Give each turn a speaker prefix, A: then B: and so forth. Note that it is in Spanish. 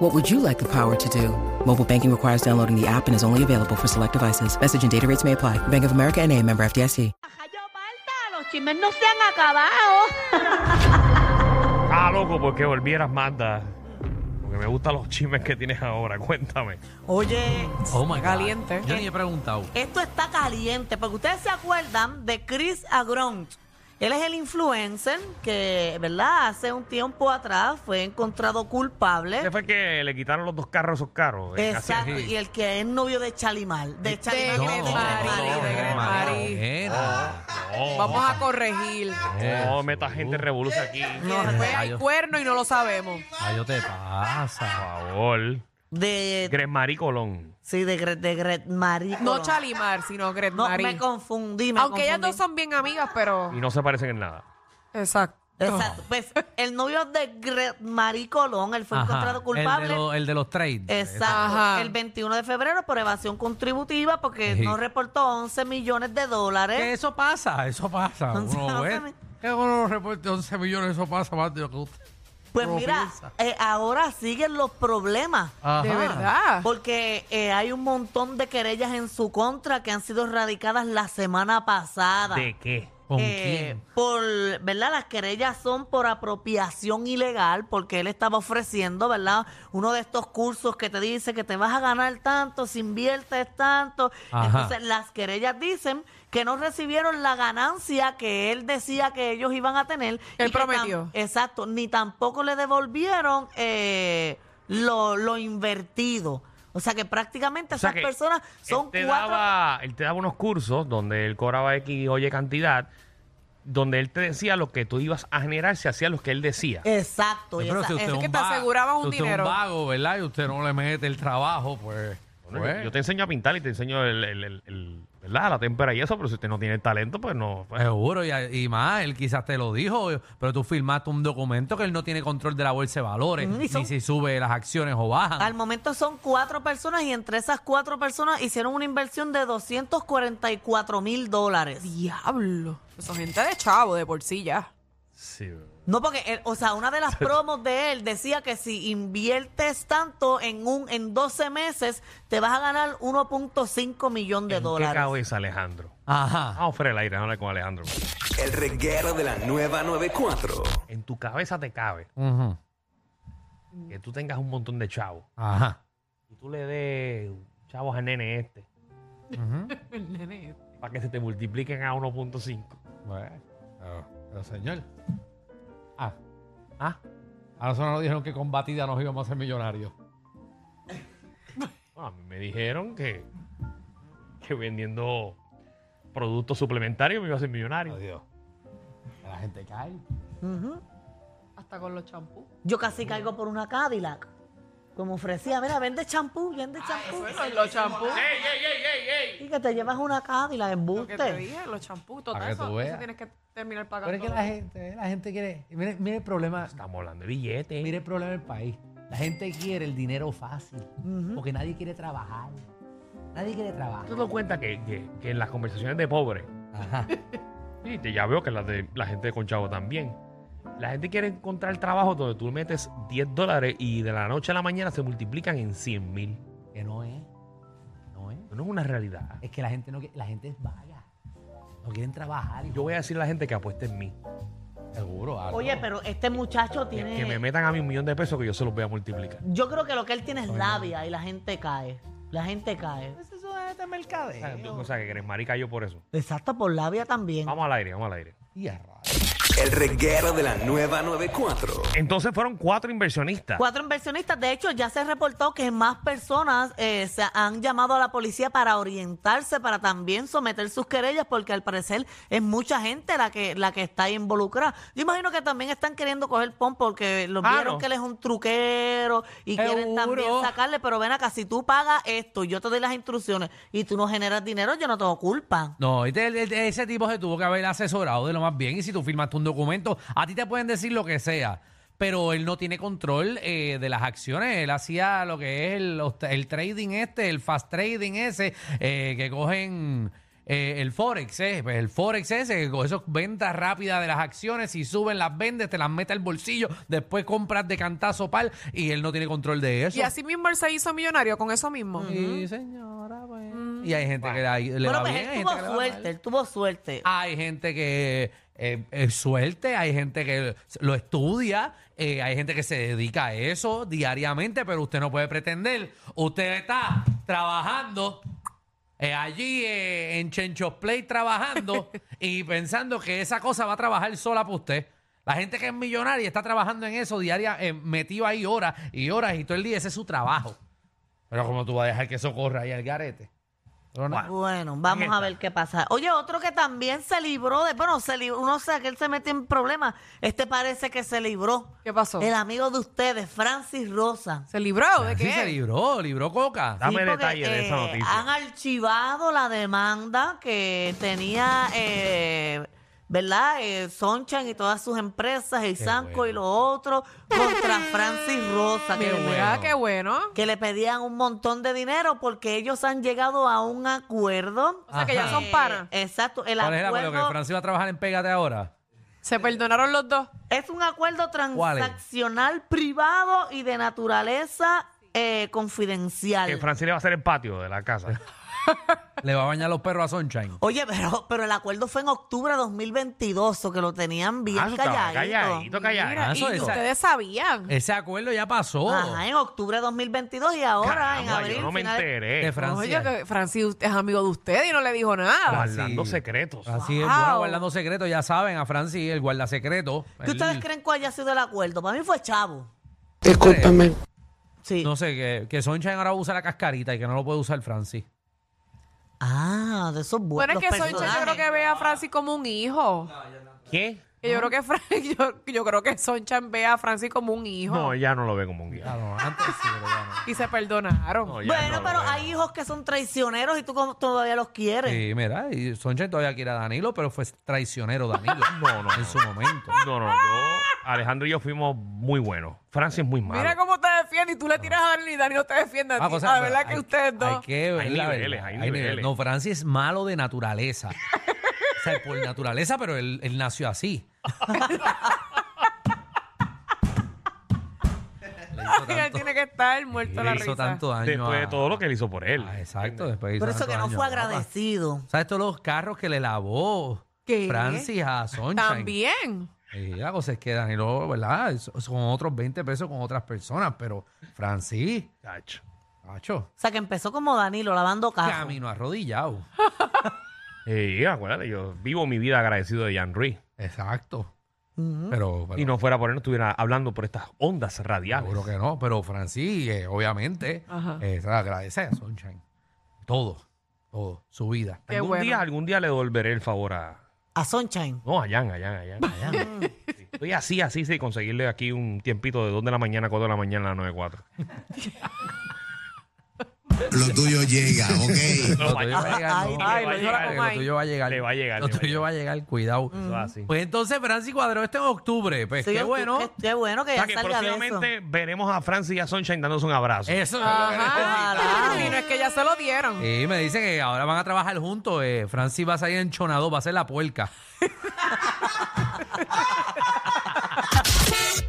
A: What would you like the power to do? Mobile banking requires downloading the app and is only available for select devices. Message and data rates may apply. Bank of America and a member FDIC.
B: Ajá, yo, Marta, los chismes no se han acabado.
C: Ah, loco, porque volvieras, Magda. Porque me gustan los chismes que tienes ahora. Cuéntame.
B: Oye,
D: Oh my God.
E: Caliente.
D: Yo ni he preguntado.
B: esto está caliente, porque ustedes se acuerdan de Chris Agront. Él es el influencer que, ¿verdad? Hace un tiempo atrás fue encontrado
C: Ese
B: culpable.
C: fue el que le quitaron los dos carros esos carros. Eh, casi
B: Exacto,
C: así.
B: y el que es novio de Chalimal. De Chalimal.
E: No,
B: que es de Chalimal.
E: no, no, no.
D: Eh, no.
C: No,
E: Vamos a corregir.
C: no, meta gente revolución aquí.
E: Y después hay cuerno y no lo sabemos.
D: Ay, yo te pasa.
C: Por favor.
B: De,
C: Gresmarí Colón.
B: sí, de Gret, de Gret Marie.
E: No Chalimar, sino Gret
B: No,
E: Marie.
B: me confundí, me
E: Aunque ellas
B: confundí.
E: dos son bien amigas, pero.
C: Y no se parecen en nada.
E: Exacto.
B: Exacto, pues el novio de Gret Marie Colón, él fue
D: Ajá,
B: encontrado culpable.
D: El de, lo- el de los trades.
B: Exacto.
E: Ajá.
B: El 21 de febrero por evasión contributiva porque
D: Sí.
B: no reportó 11 millones de
D: Que
B: dólares.
D: eso pasa, eso pasa.
B: Once-
D: Uno
B: once
D: ve.
B: mi-
D: Que uno reporte 11 millones, eso pasa más de lo que usted.
B: Pues
D: uno
B: mira,
D: piensa.
B: eh, ahora siguen los problemas.
D: Ajá.
E: De verdad.
B: Porque eh, hay un montón de querellas en su contra que han sido radicadas la semana pasada.
C: ¿De qué?
D: ¿Con
B: Eh,
D: quién?
B: por, ¿verdad? Las querellas son por apropiación ilegal, porque él estaba ofreciendo, ¿verdad? Uno de estos cursos que te dice que te vas a ganar tanto, si inviertes tanto.
D: Ajá.
B: Entonces, las querellas dicen que no recibieron la ganancia que él decía que ellos iban a tener.
E: Él
B: y que tam-
E: prometió.
B: exacto, ni tampoco le devolvieron eh, lo, lo invertido. O sea que prácticamente
C: O sea
B: esas
C: que
B: personas son
C: él te
B: cuatro.
C: Daba, él te daba unos cursos donde él cobraba X oye cantidad, donde él te decía lo que tú ibas a generar si hacías lo que él decía.
B: Exacto. y
D: Pero
B: esa-
D: si usted
B: esa-
D: es
E: que
D: un
E: te
D: va-
E: asegurabas un
D: si usted es
E: dinero.
D: un vago, ¿verdad? Y usted no le mete el trabajo, pues.
C: Bueno,
D: pues,
C: yo, yo te enseño a pintar y te enseño el, el- el- el- ¿verdad? la témpera y eso, pero si usted no tiene el talento, pues no. pues,
D: Seguro, y, y más, él quizás te lo dijo, pero tú firmaste un documento que él no tiene control de la bolsa de valores,
B: Mm, y son-
D: ni si sube las acciones o bajan.
B: Al momento son cuatro personas y entre esas cuatro personas hicieron una inversión de 244 mil dólares.
E: Diablo. Pues Son gente de chavo, de por sí ya.
C: sí.
B: No, porque, él- o sea, una de las promos de él decía que si inviertes tanto en un en 12 meses, te vas a ganar 1.5 millón de
C: ¿En ¿Qué
B: dólares.
C: cabeza, Alejandro?
D: Ajá.
C: Vamos fuera del aire, vamos a hablar con Alejandro.
F: El reguero de la nueva 94.
C: En tu cabeza te cabe
D: Ujú.
C: que tú tengas un montón de chavos
D: Ajá.
C: y tú le des chavos al nene este
D: Ujú.
C: para que se te multipliquen a 1.5.
D: Bueno, pero, pero, señor. Ah,
C: Ah,
D: a nosotros nos dijeron que con batida nos íbamos a ser millonarios.
C: no, a mí me dijeron que, que vendiendo productos suplementarios me iba a ser millonario.
D: Adiós. La gente cae.
B: Ujú.
E: Hasta con los champús.
B: Yo casi caigo por una Cadillac. Como ofrecía, mira, vende champú, vende champú.
E: los champús.
B: Y que te llevas una Cadillac,
E: Lo que te
B: embuste.
E: dije, los champús.
D: Para que
E: Total,
D: tú
E: eso,
D: veas.
E: eso tienes que terminar pagando.
D: Pero es que la gente, la gente quiere. Mire, mire el problema.
C: Estamos hablando de billetes.
D: Mire el problema del país. La gente quiere el dinero fácil. Porque nadie quiere trabajar. Nadie quiere trabajar.
C: ¿Tú te das cuenta que, que- que en las conversaciones de pobres,
D: Ajá.
C: y te- ya veo que las de la gente de Conchavo también, la gente quiere encontrar trabajo donde tú metes 10 dólares y de la noche a la mañana se multiplican en 100 mil.
D: Que no es. No es.
C: Eso No es una realidad.
D: Es que la gente no qui- la gente es vaga. No quieren trabajar.
C: Yo voy a decir a la gente que apueste en mí.
D: Seguro. ah, hazlo.
B: Oye, pero este muchacho
C: Que,
B: tiene.
C: que me metan a mí un millón de pesos que yo se los voy a multiplicar.
B: Yo creo que lo que él tiene es labia y la gente cae. La gente cae.
D: ¿Qué es eso de este mercadeo?
C: O sea, que Gresmari cayó por eso.
B: Exacto, por labia también.
C: Vamos al aire, vamos al aire.
D: Y a rayos.
F: El reguero de la nueva 94.
C: Entonces fueron cuatro inversionistas.
B: Cuatro inversionistas. De hecho, ya se reportó que más personas eh, se han llamado a la policía para orientarse, para también someter sus querellas, porque al parecer es mucha gente la que la que está ahí involucrada. Yo imagino que también están queriendo coger pon porque los
C: Ah,
B: vieron
C: no.
B: que él es un truquero y quieren
E: Seguro.
B: también sacarle. Pero ven acá, si tú pagas esto, yo te doy las instrucciones y tú no generas dinero, yo no tengo culpa.
D: No, este- el- el- ese tipo se tuvo que haber asesorado de lo más bien. Y si tú firmaste un documento, a ti te pueden decir lo que sea. Pero él no tiene control eh, de las acciones. Él hacía lo que es el, los- el trading este, el fast trading ese, eh, que cogen eh, el Forex, eh, pues el Forex ese, que coge esas ventas rápidas de las acciones. Si suben, las vendes, te las mete al bolsillo. Después compras de cantazo pal y él no tiene control de eso.
E: Y así mismo él se hizo millonario con eso mismo.
D: Sí, señora, pues. Y hay gente que le, le
B: ¿Mm? bueno,
D: va
B: pues
D: bien, hay
B: él
D: gente que le
B: tuvo
D: va mal.
B: suerte, él tuvo suerte.
D: Hay gente que eh, es suerte, hay gente que lo estudia, eh, hay gente que se dedica a eso diariamente, pero usted no puede pretender. Usted está trabajando eh, allí eh, en Chencho Play trabajando y pensando que esa cosa va a trabajar sola para usted. La gente que es millonaria está trabajando en eso diaria, eh, metido ahí horas y horas y todo el día, ese es su trabajo. Pero como tú vas a dejar que eso corra ahí al garete. Pero nada.
B: Bueno, vamos
C: Ahí
B: a
C: está.
B: ver qué pasa. Oye, otro que también se libró de, bueno, se libró, uno sabe que él se mete en problemas. Este parece que se libró.
E: ¿Qué pasó?
B: El amigo de ustedes, Francis Rosa.
E: ¿Se libró? ¿De
D: Sí, se
E: qué?
D: libró, libró coca.
C: Dame
B: Sí, porque,
C: detalles de esa
B: eh,
C: noticia.
B: Han archivado la demanda que tenía, eh, ¿verdad? Eh, Sonchan y todas sus empresas, y Sanco
D: bueno.
B: y lo otro, contra Francis Rosa.
E: Mira,
B: que-
E: Qué
D: bueno.
E: bueno. Ah, Qué bueno.
B: que le pedían un montón de dinero porque ellos han llegado a un acuerdo.
E: O sea, que ya
D: Ajá.
E: son panas.
B: Eh, Exacto. El
D: ¿Cuál es el acuerdo?
B: acuerdo
D: ¿Que Francis va a trabajar en Pégate ahora?
E: Se perdonaron los dos.
B: es un acuerdo
D: ¿Cuál es?
B: transaccional privado y de naturaleza eh, confidencial.
C: Que Francis le va a hacer el patio de la casa.
D: ¿Le va a bañar los perros a Sunshine?
B: Oye, pero, pero el acuerdo fue en octubre de 2022, o que lo tenían bien
C: Ah, eso estaba
B: calladito.
C: calladito, calladito.
D: Ah, eso
E: y
D: es-
E: ustedes sabían.
D: Ese acuerdo ya pasó.
B: Ajá, en octubre de 2022 y ahora en
C: Caramba,
B: abril.
C: yo no me
B: finales-
C: enteré.
D: De Francis.
E: Oye, que Francis usted es amigo de usted y no le dijo nada.
C: Guardando secretos.
D: Así es,
E: Wow.
D: bueno, guardando secretos. Ya saben, a Francis, el guarda secreto.
B: ¿Qué ustedes creen cuál haya sido el acuerdo? Para mí fue Chavo.
D: Discúlpame.
B: Sí.
D: No sé, que, que Sunshine ahora usa la cascarita y que no lo puede usar Francis.
B: Ah, de esos
E: Bueno,
B: buenos
E: es que Soncha yo
B: personajes.
E: creo que ve a Francis como un hijo.
C: ¿Qué?
E: Que yo, creo que Fran- yo, yo creo que Soncha ve a Francis como un hijo.
C: No, ella Ah, no lo ve como un guía.
D: Claro, antes sí, pero ya no.
E: Y se perdonaron.
C: No, ella
B: Bueno,
C: no lo
B: pero
C: ve.
B: hay hijos que son traicioneros y tú como- todavía los quieres.
D: Sí, mira, y Sunshine todavía quiere a Danilo, pero fue traicionero Danilo.
C: No, no,
D: En
C: no.
D: su momento.
C: No, no, yo, Alejandro y yo fuimos muy buenos. Francis es muy malo.
E: Mira cómo te defiende y tú le tiras a Dani y Dani no te defiende a ti.
D: Ah, cosa-
E: la verdad
D: hay-
E: que ustedes dos.
D: Hay que ver
C: Hay
D: la
C: niveles,
D: verdad.
C: hay
D: niveles.
C: niveles.
D: No, Francis es malo de naturaleza. o sea, por naturaleza, pero él, él nació así.
E: Ay,
D: Le hizo
E: él
D: tanto-
E: tiene que estar muerto
D: le
E: la
D: hizo
E: risa.
D: tanto daño.
C: Después de
D: a-
C: todo lo que él hizo por él.
D: Ah, exacto, después hizo
B: Por eso
D: tanto
B: que no
D: daño
B: fue
D: a Rafa.
B: agradecido.
D: ¿Sabes todos los carros que le lavó
E: ¿Qué?
D: Francis a Sunshine?
E: También.
D: Y la cosa es que Danilo, ¿verdad? Son otros 20 pesos con otras personas, pero Francis,
C: Chacho.
D: macho,
B: O sea, que empezó como Danilo lavando caja.
D: camino arrodillado.
C: Y acuérdate, yo vivo mi vida agradecido de Jan Ruiz.
D: Exacto. Pero, pero
C: Y no fuera por él, no estuviera hablando por estas ondas radiales.
D: seguro que no. Pero Francis, eh, obviamente,
E: Ajá.
D: eh, se la agradece a Sunshine. Todo, todo, su vida.
E: Qué
C: algún,
E: bueno.
C: día, algún día le devolveré el favor a.
B: A Sunshine.
C: No, a Jan, a Jan, a Jan. a Jan. Sí. Estoy así, así, sí, conseguirle aquí un tiempito de 2 de la mañana, 4 de la mañana, a 9, 4.
G: Lo tuyo llega, ok.
D: Lo tuyo va a llegar,
B: Ay,
D: no.
E: ay, lo dijo la
D: Lo
E: Comay.
D: tuyo va a llegar.
C: Le va a llegar,
D: Lo
C: le va a
D: tuyo va a llegar, cuidado.
C: Eso es así.
D: Pues entonces Francis cuadró este en octubre. Pues
B: Sí,
D: qué
B: tú-
D: bueno.
B: Qué, qué bueno que
C: O
B: ya
C: sea que
B: salga de eso.
C: próximamente veremos a Francis y a Sunshine dándose un abrazo.
D: Eso es lo que
E: Ajá.
B: Ojalá.
E: Y no es que ya se lo dieron.
D: Sí, me dicen que ahora van a trabajar juntos. Eh, Francis va a salir enchonado, va a ser la puerca.